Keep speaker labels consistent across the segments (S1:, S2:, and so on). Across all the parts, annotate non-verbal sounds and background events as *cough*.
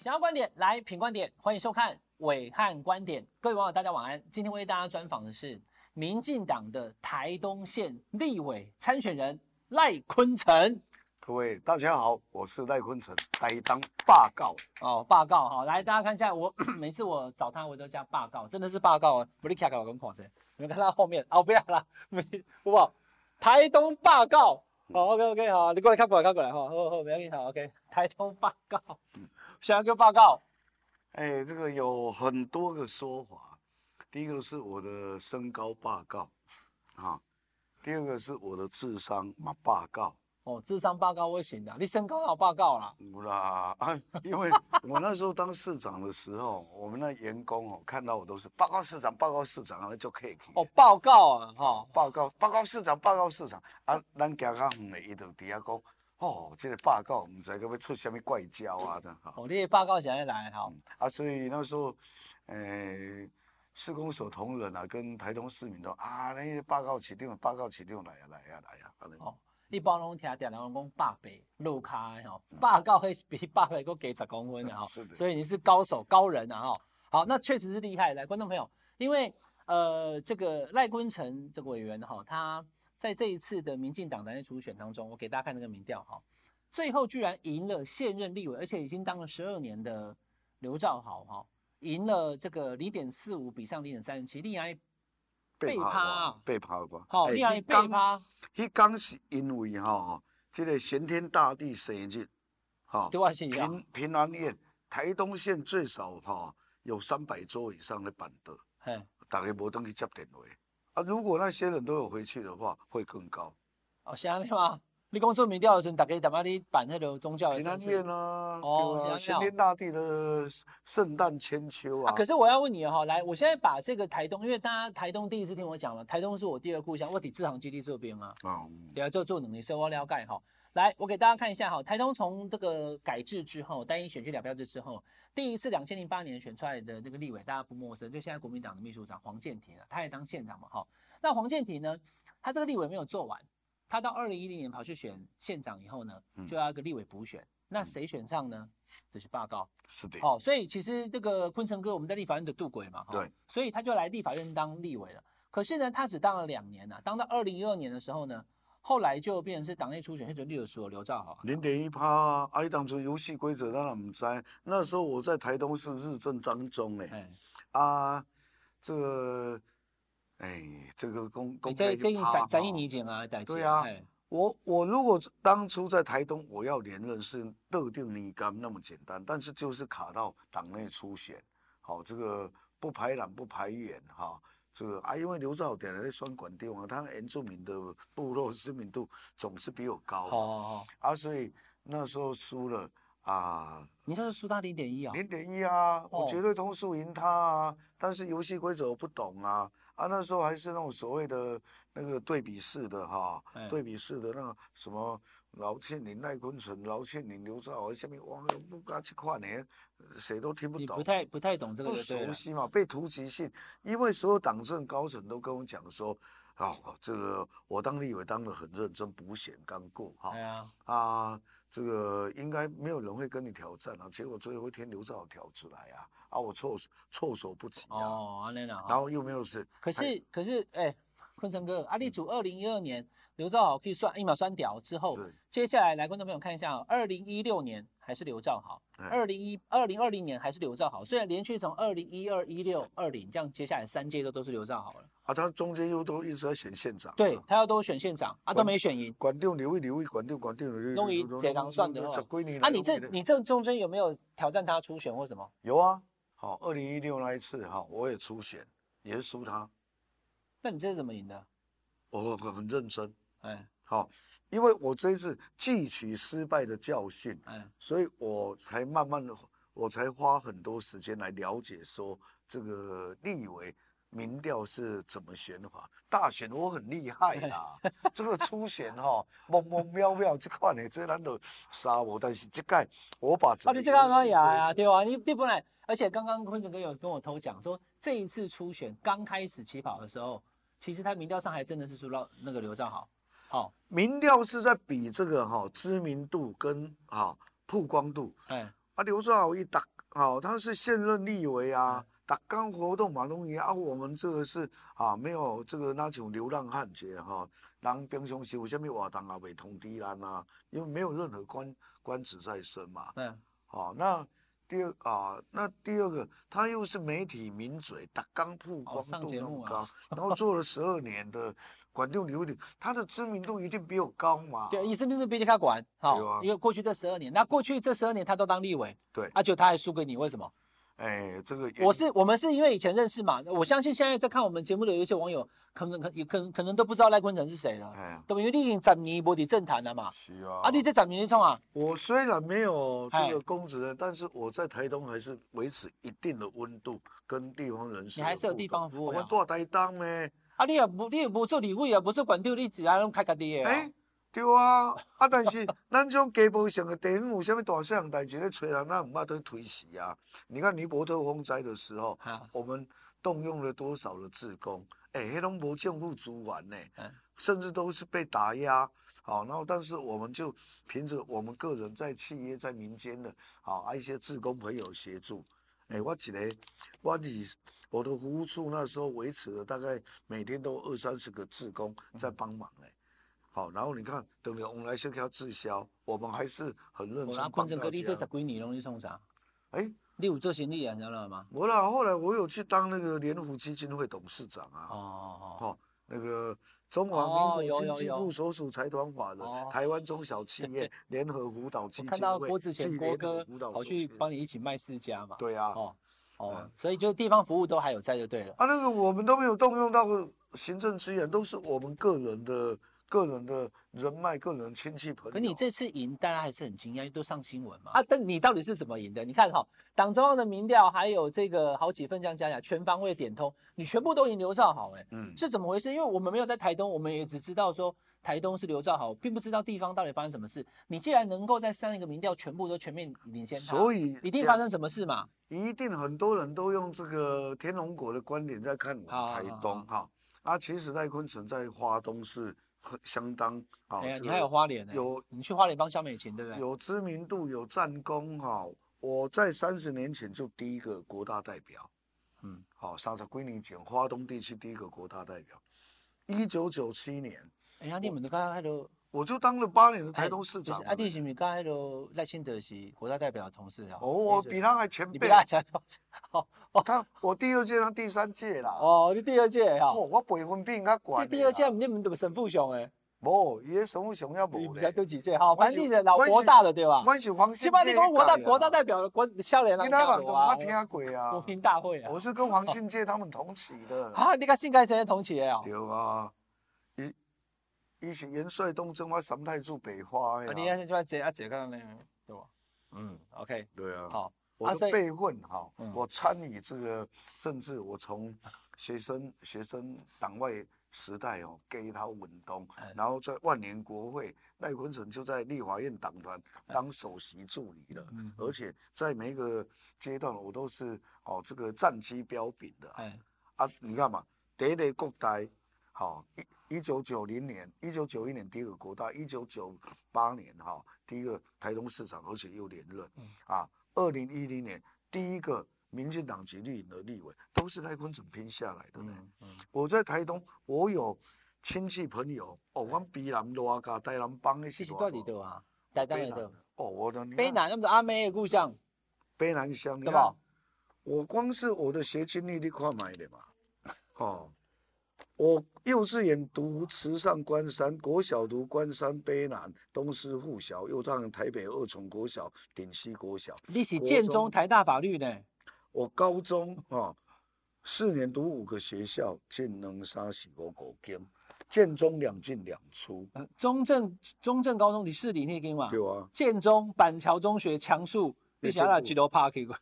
S1: 想要观点来品观点，欢迎收看伟汉观点。各位网友，大家晚安。今天为大家专访的是民进党的台东县立委参选人赖坤成。
S2: 各位大家好，我是赖坤成，来当霸告。
S1: 哦，报告哈，来大家看一下我， *coughs* 每次我找他我都叫报告，真的是报告啊！我立卡卡我跟跑车，你们看他后面哦， *laughs* 不要啦，没好不好？台东报告，好、o k OK 好，你过来看过来看过来哦哈，好好不要紧好 OK，台东报告，想要个报告，
S2: 哎，这个有很多个说法，第一个是我的身高霸告，啊，第二个是我的智商嘛霸告，
S1: 哦，智商报告我行的，你身高好报告啦，
S2: 不啦啊， *laughs* 因为我那时候当市长的时候，我们那员工哦看到我都是报告市长，报告市长，那就可以。
S1: 哦，报告啊哈、
S2: 报告报告市长，报告市长啊！咱行较远的，伊就伫遐讲，哦，这个报告毋知个要出什么怪招啊！这样哈。
S1: 哦，你的报告想要来哈，
S2: 啊，所以那时候，呃，市公所同仁啊，跟台东市民都啊，那些报告起定，报告起定来啊，来啊，来啊，啊
S1: 哦一般拢听听人讲百倍路卡吼，报告会比百倍佫加十公分的哈、
S2: 嗯是的
S1: 所以你是高手高人啊哈、好，那确实是厉害。来，观众朋友，因为呃，这个赖坤成这个委员哈、他在这一次的民进党党内初选当中，我给大家看这个民调哈、最后居然赢了现任立委，而且已经当了十二年的刘兆豪哈、赢了这个零点四五比上零点三十七，厉害被
S2: 趴
S1: 趴
S2: 我被趴过。
S1: 好，
S2: 哎
S1: 厉害
S2: 那
S1: 被
S2: 天
S1: 趴，
S2: 迄天是因为吼、这个玄天大帝生日，吼、
S1: 对我是啊，
S2: 平平安夜，台东县最少吼、有三百桌以上的板凳，
S1: 嘿，
S2: 大家无登去接电话。啊，如果那些人都有回去的话，会更高。
S1: 哦，是安尼嘛？你讲做民调的时阵，大家淡薄你办迄个宗教的
S2: 平
S1: 仪
S2: 安
S1: 式
S2: 夜。呢？
S1: 哦
S2: 对啊，
S1: 想要
S2: 玄天大帝的圣诞千秋
S1: 啊，
S2: 啊。
S1: 可是我要问你哈、来，我现在把这个台东，因为大家台东第一次听我讲嘛，台东是我第二故乡，我伫志航基地这边啊，
S2: 啊，嗯
S1: 对啊，就做能力，所以我了解哈、来，我给大家看一下哈、台东从这个改制之后，单一选区两票制之后，第一次两千零八年选出来的那个立委，大家不陌生，就现在国民党的秘书长黄建庭啊，他也当县长嘛哈、那黄建庭呢，他这个立委没有做完，他到二零一零年跑去选县长以后呢，
S2: 嗯
S1: 就要一个立委补选，那谁选上呢？就是报告。
S2: 是的，
S1: 哦，所以其实这个昆城哥我们在立法院的度鬼嘛，哈
S2: 对，
S1: 所以他就来立法院当立委了。可是呢，他只当了两年呐、啊当到二零一二年的时候呢，后来就变成是党内初选，就立委所刘兆豪啊，
S2: 零点一趴啊！啊，伊当初游戏规则咱也唔知。那时候我在台东市日政当中诶，
S1: 哎，
S2: 啊，这个，哎，这个公公
S1: 你这这一展展
S2: 一
S1: 一你景啊，代
S2: 对啊
S1: 哎
S2: 我我如果当初在台东我要连任是特定泥干那么简单，但是就是卡到党内初选，好、这个不排懒不排远哈、这个啊因为刘兆典在双管地方，他原住民的部落知名度总是比我高
S1: 哦哦
S2: 嘛，
S1: 哦，
S2: 啊所以那时候输了啊
S1: 你这是输他零点一啊，
S2: 零点一啊，
S1: 哦
S2: 我绝对通数赢他啊，但是游戏规则我不懂啊。啊，那时候还是那种所谓的那个对比式的哈，
S1: 哎
S2: 对比式的那个什么劳倩玲、赖坤成、劳倩玲、刘兆华哦下面哇，不敢去跨年，谁都听不
S1: 你
S2: 懂，
S1: 不太不太懂这个
S2: 不
S1: 就对
S2: 熟
S1: 了，
S2: 悉嘛，被突击性。因为所有党政高层都跟我讲说，哦，这个我当立委当得很认真，补选刚过哈，
S1: 哎呀，
S2: 啊，这个应该没有人会跟你挑战啊。结果最后一天刘兆豪挑出来啊，啊，我措手措手不及啊，
S1: 哦，安内了哈
S2: 然。后又没有事，
S1: 可是可是，哎、坤城哥，
S2: 嗯
S1: 阿力主二零一二年刘兆豪可以算一秒酸屌之后
S2: 是，
S1: 接下来来观众朋友看一下、哦，二零一六年还是刘兆豪，
S2: 哎
S1: 二零一二零二零年还是刘兆豪，虽然连续从二零一二一六二零这样接下来三届都都是刘兆豪了，
S2: 啊，他中间又都一直在选县长，啊
S1: 对，他要多选县长啊，都没选赢。
S2: 管定刘一刘一管定管定刘一，
S1: 弄一这人算的哦
S2: 十几年
S1: 啊，
S2: 来
S1: 你这
S2: 拢没得
S1: 你这中间有没有挑战他初选或什么？
S2: 有啊？好，二零一六那一次哈，我也初选，也是输他，
S1: 那你这是怎么赢的？
S2: 我很很认真，
S1: 哎
S2: 好，因为我这一次汲取失败的教训，
S1: 哎，
S2: 所以我才慢慢的，我才花很多时间来了解说这个立委民调是怎么选法。大选我很厉害
S1: *laughs*
S2: 啦，这个初选哈、蒙蒙妙妙这款的，这咱都杀我，但是这个我把
S1: 啊，
S2: 整
S1: 你
S2: 个
S1: 这刚刚
S2: 游戏
S1: 呀呀，
S2: 规则
S1: 对啊，你你本来，而且刚刚坤城哥有跟我偷讲说，这一次初选刚开始起跑的时候，其实他民调上还真的是输到那个刘兆豪，好、
S2: 民调是在比这个哈、知名度跟哈、曝光度
S1: 哎，
S2: 啊，刘兆豪一打好、他是现任立委
S1: 嗯
S2: 啊，打干活动嘛拢一样啊。我们这个是啊，没有这个那种流浪汉节哈，人平常时有啥物活动啊，未通知咱啊，因为没有任何官官职在身嘛。
S1: 嗯，
S2: 好、那第二啊，那第二个，他又是媒体名嘴，打刚曝
S1: 哦
S2: 光
S1: 上
S2: 度
S1: 节
S2: 那
S1: 目
S2: 么
S1: 啊
S2: 高，然后做了十二年的管仲刘鼎，他的知名度一定比我高嘛。
S1: 对，伊是不是比你卡管？好、
S2: 对啊
S1: 因为过去这十二年，那过去这十二年他都当立委，
S2: 对
S1: 而且、就他还输给你，为什么？
S2: 哎，这个也
S1: 我是我们是因为以前认识嘛，我相信现在在看我们节目的有一些网友，可能可也可能可能都不知道赖坤成是谁了，
S2: 哎，
S1: 对吧？因为你已经十年无伫政坛了嘛，
S2: 是啊。
S1: 啊，你这十年你创啊，
S2: 我虽然没有
S1: 哎
S2: 这个公职人，但是我在台东还是维持一定的温度，跟地方人士
S1: 你还是有地方服
S2: 互
S1: 务
S2: 动。我
S1: 的。
S2: 大台东呢，
S1: 啊，你也无你也无做立委，也无做管长，你自然拢开家己的、
S2: 哎、
S1: 啊。
S2: 对啊，啊，
S1: *laughs*
S2: 但是咱种基本上的地方有啥物大小代志咧找人，咱毋捌去推死啊。你看尼伯特风灾的时候，
S1: 啊，
S2: 我们动用了多少的志工？哎、黑龙江政府资源呢、
S1: 嗯
S2: 甚至都是被打压。好，然后但是我们就凭着我们个人在企业在民间的，好啊一些志工朋友协助。哎、我记得我以我的服务处那时候维持了大概每天都二三十个志工
S1: 嗯
S2: 在帮忙哎、好，然后你看，等了我们来先要滞销，我们还是很认
S1: 我
S2: 真
S1: 拿
S2: 帮
S1: 坤
S2: 大
S1: 成哥，你这十
S2: 家。
S1: 几年拢你创啥？
S2: 哎、
S1: 你有做行李啊，你知道吗？
S2: 我啦，后来我有去当那个联福基金会董事长啊。
S1: 哦哦哦，
S2: 哦，那个中
S1: 哦
S2: 华民
S1: 有
S2: 国经
S1: 有
S2: 济
S1: 有
S2: 部所属财团法
S1: 哦
S2: 人台湾中小企
S1: 对
S2: 业联合辅导基
S1: 我
S2: 金
S1: 看到
S2: 会
S1: 郭志
S2: 暨
S1: 前郭
S2: 联合
S1: 哥
S2: 辅导
S1: 跑
S2: 中
S1: 去
S2: 心
S1: 帮你一起卖世家嘛。
S2: 对啊，
S1: 哦哦
S2: 嗯，
S1: 所以就是地方服务都还有在就对了。
S2: 啊，那个我们都没有动用到行政资源，都是我们个人的、个人的人脉、个人亲戚朋友。
S1: 可你这次赢，大家还是很惊讶，因为都上新闻嘛。啊，但你到底是怎么赢的？你看哈、党中央的民调，还有这个好几份这样加起来，全方位点通，你全部都赢刘兆好、哎，
S2: 嗯，
S1: 是怎么回事？因为我们没有在台东，我们也只知道说台东是刘兆好，并不知道地方到底发生什么事。你既然能够在三个民调全部都全面领先他，
S2: 所以
S1: 一定
S2: 两
S1: 发生什么事嘛？
S2: 一定很多人都用这个天龙国的观点在看我
S1: 好
S2: 们台
S1: 好
S2: 东哈。啊，其实赖坤城在花东是很相当啊，
S1: 哎呀，
S2: 这
S1: 你还有
S2: 个
S1: 花莲呢、
S2: 有
S1: 你去花莲帮萧美琴，对不对？
S2: 有知名度、有战功哈、我在三十年前就第一个国大代表，
S1: 嗯
S2: 嗯，好、三十归年前，华东地区第一个国大代表。一九九七年，
S1: 哎呀，你们刚刚那个
S2: 我就当了八年的
S1: 哎
S2: 台东市长
S1: 就
S2: 了
S1: 是啊，你是不是刚刚那个赖清德是国家代表的同事啊？
S2: 哦，我比他还前
S1: 你比
S2: 辈，
S1: 他还强。
S2: 他我第二届，他第三届啦。哦，
S1: 哦，你第二届哈，
S2: 我培训比他管。
S1: 你第二届，你们怎么沈富雄哎？
S2: 无，伊的什么想要
S1: 你
S2: 无
S1: 不
S2: 咧
S1: 是？都几届哈？反
S2: 我是
S1: 正你的老
S2: 我是
S1: 国大的对吧？
S2: 我是黄
S1: 起
S2: 信
S1: 码
S2: 介
S1: 你
S2: 的
S1: 讲国大国大
S2: 代
S1: 代表国少年
S2: 表，
S1: 人
S2: 你那
S1: 家
S2: 人
S1: 有
S2: 都
S1: 啊
S2: 我，听过
S1: 国
S2: 啊。
S1: 民大会啊
S2: 我。是跟黄信介他们同起
S1: *laughs*
S2: 的。
S1: 啊，你甲新界城的同齐的哦。
S2: 对啊，伊伊是元帅东征，我三太子北花
S1: 啊，
S2: 的
S1: 你
S2: 呀、
S1: 要是这样坐啊坐到那样，对吧？嗯，OK，
S2: 对啊，
S1: 好，
S2: 我
S1: 啊所
S2: 的
S1: 以
S2: 辈分哈
S1: 嗯，
S2: 我参与这个政治，我从学生学生党外时代哦，给他稳东
S1: 哎，
S2: 然后在万年国会，赖坤成就在立法院党团
S1: 哎
S2: 当首席助理了，
S1: 嗯，
S2: 而且在每一个阶段，我都是哦这个战绩彪炳的啊。
S1: 哎，
S2: 啊，你看嘛，第一个国代，好、一一九九零年、一九九一年第一个国代，一九九八年哈、第一个台东市长，而且又连任，
S1: 嗯
S2: 啊，二零一零年第一个民进党籍绿营的立委，都是赖坤城拼下来的呢。
S1: 嗯嗯，
S2: 我在台东，我有亲戚朋友，哦，我们比南罗啊，噶台南帮的
S1: 其
S2: 是
S1: 实嗯
S2: 多
S1: 到
S2: 少
S1: 底对啊，台东
S2: 北
S1: 的
S2: 南
S1: 对
S2: 的。哦，我的你
S1: 北
S2: 看
S1: 南那么阿妹的故乡，
S2: 北南乡，你
S1: 对
S2: 看
S1: 吧？
S2: 我光是我的学经历，你看买的嘛， *laughs* 哦，我幼稚园读池上关山，国小读关山卑南东师附小，又上台北二重国小、顶溪国小。
S1: 你是
S2: 国
S1: 建
S2: 中
S1: 中台大法律呢？
S2: 我高中哦，四年读五个学校，建能沙喜国国间，建中两进两出，
S1: 呃中正中正高中你是里那间嘛？
S2: 对啊，
S1: 建中板桥中学强树，你
S2: 没
S1: 想要
S2: 见过
S1: 几楼 park 过？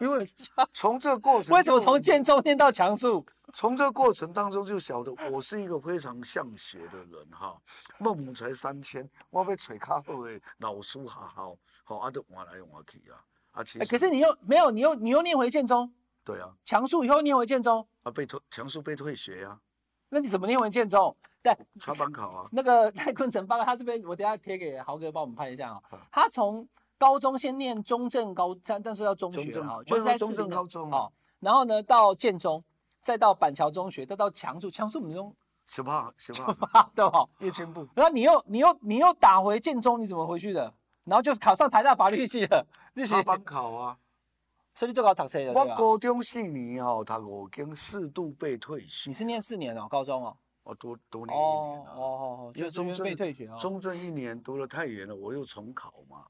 S2: 因 *laughs*
S1: *laughs*
S2: 为从这个过程，
S1: 为什么从建中念到强树？
S2: 从这个过程当中就晓得我是一个非常向学的人哈，孟母才三迁，我要找较好的老师学校，好啊，都换来换去啊，啊，其实、
S1: 哎，可是你又没有，你又你又念回建中，
S2: 对啊，
S1: 强树以后念回建中，
S2: 啊被退强叔被退学啊，
S1: 那你怎么念回建中？对，
S2: 插班考啊，
S1: 那个在昆城报告，他这边我等一下贴给豪哥帮我们拍一下啊、
S2: 嗯
S1: 他从高中先念中正高，但但是要中
S2: 中
S1: 学
S2: 正
S1: 啊，
S2: 我
S1: 就
S2: 以
S1: 是
S2: 为
S1: 在
S2: 中
S1: 士
S2: 正
S1: 林的
S2: 高中啊
S1: 哦，然后呢到建中，再到板桥中学，再到强树，强树我们 *laughs* 中
S2: 十八十八
S1: *laughs* 啊，对吧？
S2: 夜间部，
S1: 然后你又你又你又打回建中，你怎么回去的？然后就考上台大法律系了， *laughs* 日是
S2: 他班考啊。
S1: 所以你就考读册了，对啊
S2: 我
S1: 吧？
S2: 高中四年吼、读五经四度被退学
S1: 你，是念四年哦，高中哦，
S2: 我多多
S1: 哦
S2: 念一年
S1: 哦
S2: 啊。
S1: 哦哦，
S2: 因
S1: 就
S2: 为
S1: 是因为
S2: 中正
S1: 被退学哦。
S2: 中正一年读了太远了，我又重考嘛。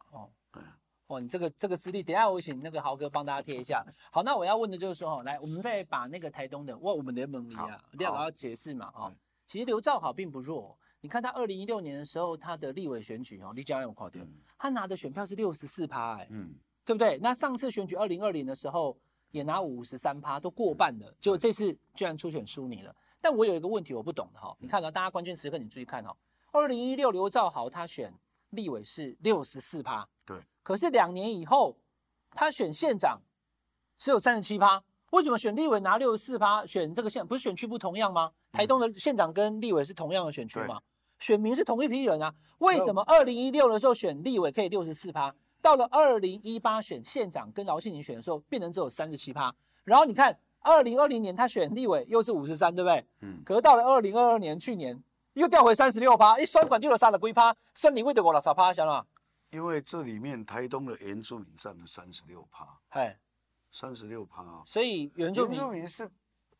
S1: 哦，你这个这个资历，等一下我请那个豪哥帮大家贴一下。好，那我要问的就是说，哦，来，我们再把那个台东的哇，我们联盟里啊
S2: 好，
S1: 廖老
S2: 好
S1: 要解释嘛，哦
S2: 嗯，
S1: 其实刘兆好并不弱，哦你看他二零一六年的时候，他的立委选举哦，立江有考点，
S2: 嗯
S1: 他拿的选票是六十四趴，哎，
S2: 嗯，
S1: 对不对？那上次选举二零二零的时候也拿五十三趴，都过半了，结果这次居然初选输你了。但我有一个问题我不懂的哈、你看哦到、大家关键时刻你注意看哦，二零一六刘兆豪他选立委是六十四趴，
S2: 对，
S1: 可是两年以后他选县长只有三十七趴。为什么选立委拿六十四趴，选这个县不是选区不同样吗？台东的县长跟立委是同样的选区
S2: 对
S1: 吗？选民是同一批人啊，为
S2: 那
S1: 什么二零一六的时候选立委可以六十四趴，到了二零一八选县长跟饶庆林选的时候，变成只有三十七趴？然后你看二零二零年他选立委又是五十三，对不对？
S2: 嗯
S1: 可是到了二零二二年，去年又掉回三十六趴，一酸管丢了三了龟趴，酸你味的我了啥趴，想啦，
S2: 因为这里面台东的原住民占了三十六趴，
S1: 哎，
S2: 三十六趴啊。
S1: 所以原
S2: 原
S1: 住民
S2: 住民是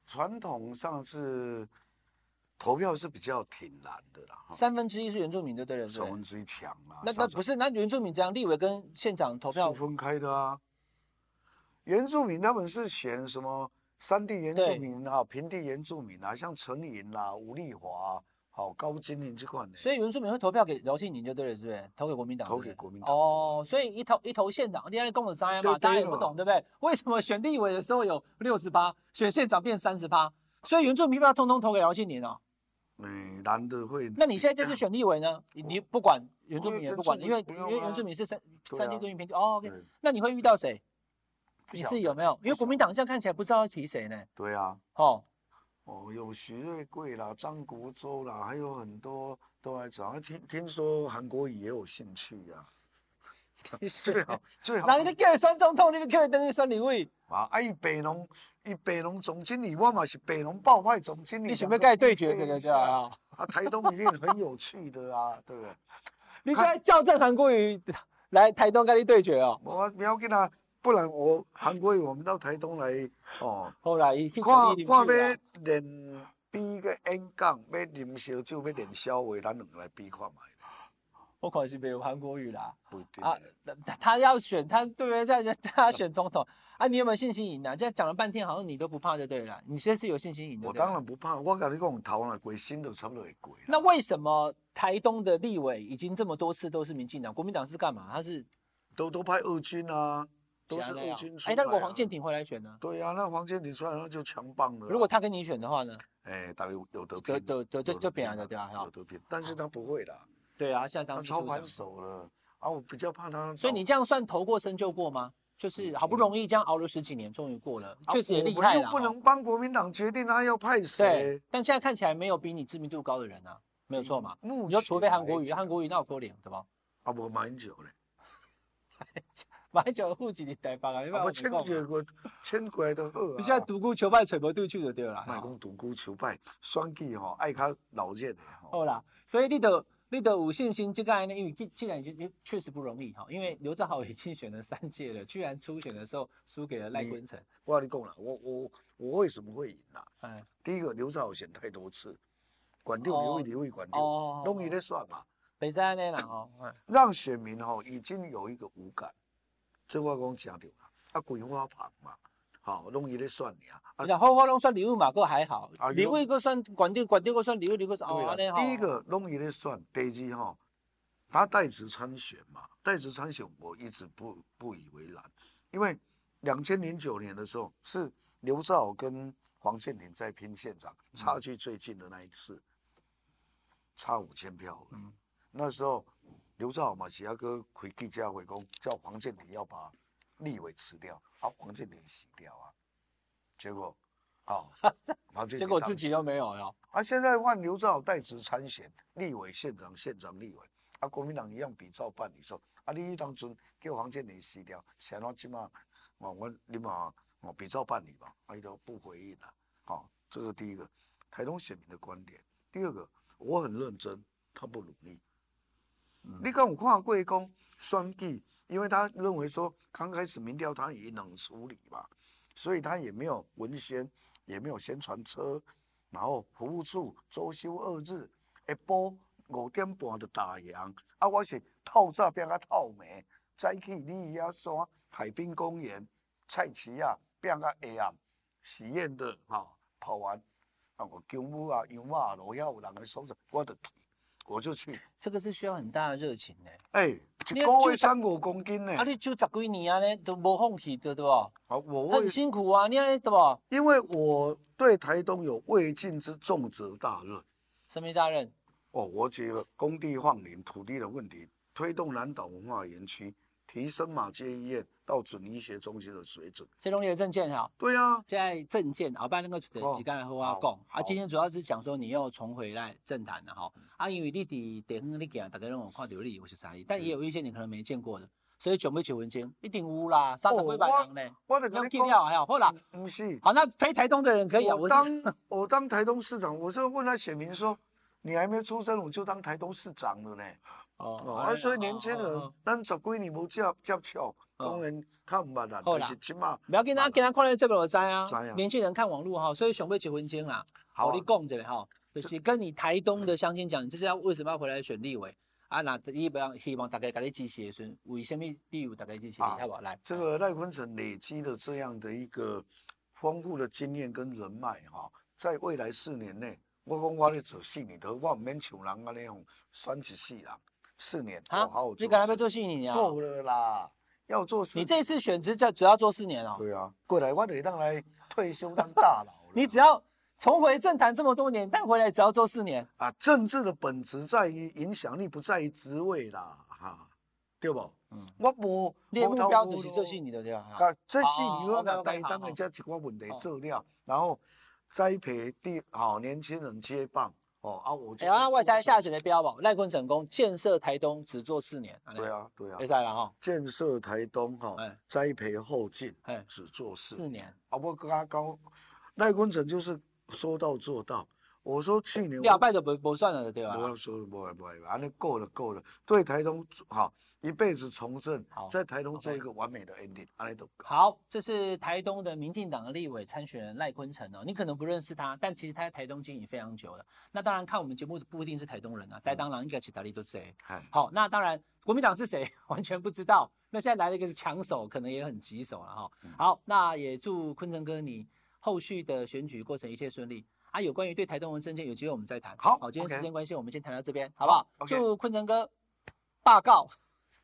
S2: 传统上是投票是比较挺难的啦，哈
S1: 三分之一是原住民，就对了，对
S2: 手
S1: 不对
S2: 分之一强啊。
S1: 那那不
S2: 是
S1: 是那原住民这样，立委跟县长投票
S2: 是分开的啊。原住民他们是选什么山地原住
S1: 对
S2: 民啊、平地原住民啊，像陈颖啦、吴丽华、啊、好高金玲这款的。
S1: 所以原住民会投票给饶庆林就对了，是不是？投给国民党，
S2: 投
S1: 对不
S2: 给
S1: 对
S2: 国民党
S1: 哦，所以一投一投县长，第二共的灾嘛，
S2: 对
S1: 大家
S2: 对
S1: 也不
S2: 了
S1: 懂，对不 *laughs* 对？为什么选立委的时候有六十八，选县长变三十八？所以原住民票通通投给饶庆林哦。
S2: 嗯，男的会。
S1: 那你现在这次选立委呢？你你不管原住民也不管，
S2: 我
S1: 因为
S2: 原住
S1: 因
S2: 民不用
S1: 为
S2: 啊
S1: 原住民是三
S2: 对
S1: 三地
S2: 啊
S1: 耕耘平地哦。OK，
S2: 对
S1: 那你会遇到谁？
S2: 不
S1: 你
S2: 晓
S1: 自己
S2: 得
S1: 有没有？因为
S2: 不
S1: 国民党现在看起来不知道要提谁呢。
S2: 对啊， *laughs*
S1: 哦，
S2: 哦，有徐瑞贵啦、张国洲啦，还有很多都来找。啊听听说韩国瑜也有兴趣啊，最好最
S1: *laughs*
S2: 好
S1: 哪。个叫酸总统？你们叫等于酸立委？
S2: 啊，啊，伊北农，伊北农总经理，我嘛是北农爆派总经理。
S1: 你准备盖对决这个
S2: 对
S1: 对吧？哦
S2: 啊，台东一定很有趣的啊，对不对？
S1: 你现在校正韩国瑜来台东跟你对决哦。
S2: 我不要跟他，不然我韩国瑜我们到台东来哦。
S1: 后来伊去
S2: 看
S1: 陈
S2: 看
S1: 立林去啊了
S2: 要练比个演讲，要啉烧酒，要练消话，咱两个来比看卖，
S1: 我可能是没有韩国瑜啦。
S2: 不一定。
S1: 啊，他他要选他对不对？在在他选总统啊，你有没有信心赢啊？现在讲了半天，好像你都不怕就对了。你这次有信心赢的。
S2: 我
S1: 对吧
S2: 当。然不怕，我跟你讲，头若过身就差不多会过啦。
S1: 那为什么台东的立委已经这么多次都是民进党？国民党是干嘛？他是
S2: 都都派二军啊，都是
S1: 想要那
S2: 二
S1: 样
S2: 军出
S1: 哎，
S2: 来、
S1: 那
S2: 啊。
S1: 如果黄健？庭回来选呢？
S2: 对啊，那黄建庭出来那就强棒了啊、
S1: 如果他跟你选的话呢？
S2: 哎，大概有有
S1: 得
S2: 得拼，
S1: 得得，这
S2: 有
S1: 这
S2: 拼
S1: 边
S2: 啊
S1: 来的啊对吧？
S2: 有
S1: 哈，
S2: 得拼，但是他不会啦，
S1: 对啊，现在当
S2: 他
S1: 秘
S2: 操
S1: 书长
S2: 盘。手了啊，我比较怕他。
S1: 所以你这样算投过深究过吗？就是好不容易这样熬了十几年，终于过了，
S2: 嗯啊
S1: 确实也厉
S2: 我们
S1: 害
S2: 又
S1: 了。
S2: 不
S1: 哦
S2: 能帮国民党决定他要派
S1: 对
S2: 谁，，嗯
S1: 但现在看起来没有比你知名度高的人啊，没有错嘛。
S2: 目
S1: 你说除非韩国
S2: 前来
S1: 瑜，
S2: 讲
S1: 韩国瑜那有可怜对吧？
S2: 啊，无蛮久嘞，
S1: 马英九的户籍你台北啊，你不
S2: 啊，我
S1: 要
S2: 迁
S1: 讲啊嘛
S2: 过迁过来都好啊。
S1: 你现在独孤求败，揣不对去就对了啦。
S2: 卖讲独孤求败，选举吼爱较闹热的吼。
S1: 好啦，所以你得你得有信心，这个呢，因为既既然已经确实不容易哈，因为刘兆豪已经选了三届了，居然初选的时候输给了赖
S2: 你
S1: 坤城，
S2: 我跟你讲啦，我我我为什么会赢啦、
S1: 哎，
S2: 第一个刘兆选太多次，管六
S1: 哦
S2: 刘一刘一管六，
S1: 哦，
S2: 拢伊咧算嘛，
S1: 北山那啦哦，哎
S2: 让选民吼、已经有一个无感，这我讲诚对啦，啊桂花旁嘛，吼拢伊咧算尔。啊，
S1: 然后我拢算礼物嘛，个还好
S2: 啊，
S1: 礼物个算管掉管掉个算礼物，礼物哦，安
S2: 对
S1: 尼
S2: 啦，
S1: 吼
S2: 第一个拢伊咧算，第二吼、他代职参选嘛，代职参选我一直不不以为然，因为两千零九年的时候是刘兆跟黄建庭在拼县长，
S1: 嗯
S2: 差距最近的那一次，差五千票而已。
S1: 嗯
S2: 那时候刘兆嘛，其他哥回记者会讲，叫黄建庭要把立委辞掉，啊，黄建庭洗掉啊，结果，
S1: *laughs*
S2: 哦，黄建庭
S1: 结果
S2: 当
S1: 自己都没有哟，
S2: 啊，现在换刘兆代职参选立委、县长、县长、立委，啊，国民党一样比照办理说，啊，你迄当阵叫黄建林死掉，是安怎即马？哦，我你嘛哦比照办理吧，啊，伊都不回应了。好、这是第一个，台东选民的观点。第二个，我很认真，他不努力。你看我跨贵公双计，因为他认为说刚开始民调他也能处理嘛，所以他也没有文宣，也没有宣传车，然后服务处周休二日，一波五点半就打烊，啊，我是透早变啊透暝，早起你遐山海滨公园、菜市啊变啊下暗，喜宴的哈、跑完，啊我姜母啊、羊肉啊，路遐有人来收拾，我就去，我就去。
S1: 这个是需要很大的热情呢、
S2: 哎、
S1: 你
S2: 一个
S1: 就
S2: 月
S1: 是
S2: 三五公斤呢、
S1: 啊，你就十几年啊呢，都无放弃对对不？
S2: 啊，哎我为
S1: 很辛苦啊，你安尼对不？
S2: 因为我对台东有未尽之重责大任
S1: 神秘大人，
S2: 哦，我觉得工地放领土地的问题，推动南岛文化园区，提升马街医院到准医学中心的水准。
S1: 这种你的证件哈，
S2: 对啊，
S1: 现在证件后摆那个就是
S2: 哦
S1: 时间来好啊
S2: 好
S1: 讲，啊，
S2: 好
S1: 今天主要是讲说你又重回来政坛了哈，啊，因为你伫地方你行，大家拢有看到你有是啥哩，但也有一些你可能没见过的，所以九没九文经一定有啦，三十几百人呢，
S2: 哦我得
S1: 你
S2: 跟
S1: 用
S2: 你
S1: 记
S2: 讲，
S1: 掉还好，好啦，
S2: 不是，
S1: 好，那非台东的人可以啊，
S2: 我
S1: 我是
S2: 当我当台东市长，我是问他选民说，你还没出生我就当台东市长了呢。哦，
S1: 哎
S2: 啊，所以年轻
S1: 哦
S2: 人，咱十几年无接接触，当然较毋捌啦，
S1: 好啦
S2: 但是即码
S1: 不要跟他跟他看了这边我知啊
S2: 知，啊
S1: 年轻人看网络哈，所以想要结婚经啦。好，你讲一下哈，就是跟你台东的乡亲讲，你这是要为什么要回来选立委啊？那你不要希望大家给你支持的时候，为什么你有大家支持你？
S2: 啊
S1: 好不好？来，
S2: 这个赖坤城累积的这样的一个丰富的经验跟人脉哈、在未来四年内，我讲我咧做四年，得我唔免像人安尼样选一世人，四年我
S1: 啊
S2: 好好做，事。
S1: 你刚才要做四年啊？
S2: 够了啦，要做事。
S1: 你这次选职在主要做四年哦，。
S2: 对啊，过来我得当来退休当大佬了
S1: *laughs* 你只要重回政坛这么多年，但回来只要做四年，
S2: 啊，政治的本质在于影响力，不在于职位啦，哈、对不？
S1: 嗯，
S2: 我无
S1: 你的
S2: 无
S1: 目
S2: 头
S1: 标
S2: 无
S1: 就是
S2: 路
S1: 这四年的对吧？
S2: 啊，这是你
S1: 哦
S2: 我
S1: ，OK，OK，
S2: 甲台
S1: 好好
S2: 东
S1: 哦
S2: 的这一寡问题
S1: 好
S2: 做了，然后栽培第好年轻人接棒哦啊，我就
S1: 然哎后外加下一个标榜赖坤成功建设台东只做四年，
S2: 对，啊对啊
S1: 没，赛了哈，
S2: 建设台东哈
S1: 哎，
S2: 栽培后进，
S1: 哎，
S2: 只做事
S1: 四年。
S2: 啊，我跟他讲，赖坤成就是说到做到。我说去年
S1: 两败就不不算了，对吧？
S2: 不要说了，不会不会，啊，那够了够了，对台东好一辈子从政
S1: 好，
S2: 在台东做
S1: OK
S2: 一个完美的 ending，安尼都够
S1: 好，这是台东的民进党的立委参选人赖坤成哦，你可能不认识他，但其实他在台东经营非常久了。那当然看我们节目的不一定是台东
S2: 嗯
S1: 人啊，台当然应该其他力都谁。
S2: 哎
S1: 好，那当然国民党是谁 *laughs* 完全不知道。那现在来了一个是强手，可能也很棘手了哈、
S2: 嗯
S1: 好，那也祝坤成哥你后续的选举过程一切顺利。啊，有关于对台东的政见，有机会我们再谈。
S2: 好
S1: 好，今天
S2: OK
S1: 时间关系，我们先谈到这边，好不好？
S2: 好，OK
S1: 祝坤成哥报告，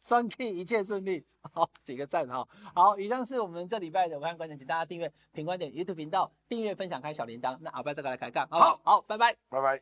S1: 双 K 一切顺利，好，几个赞哈。好，以上是我们这礼拜的武汉观点，请大家订阅品观点 YouTube 频道，订阅、分享、开小铃铛。那阿拜再过来开杠，好不好，好，拜拜。
S2: 拜拜。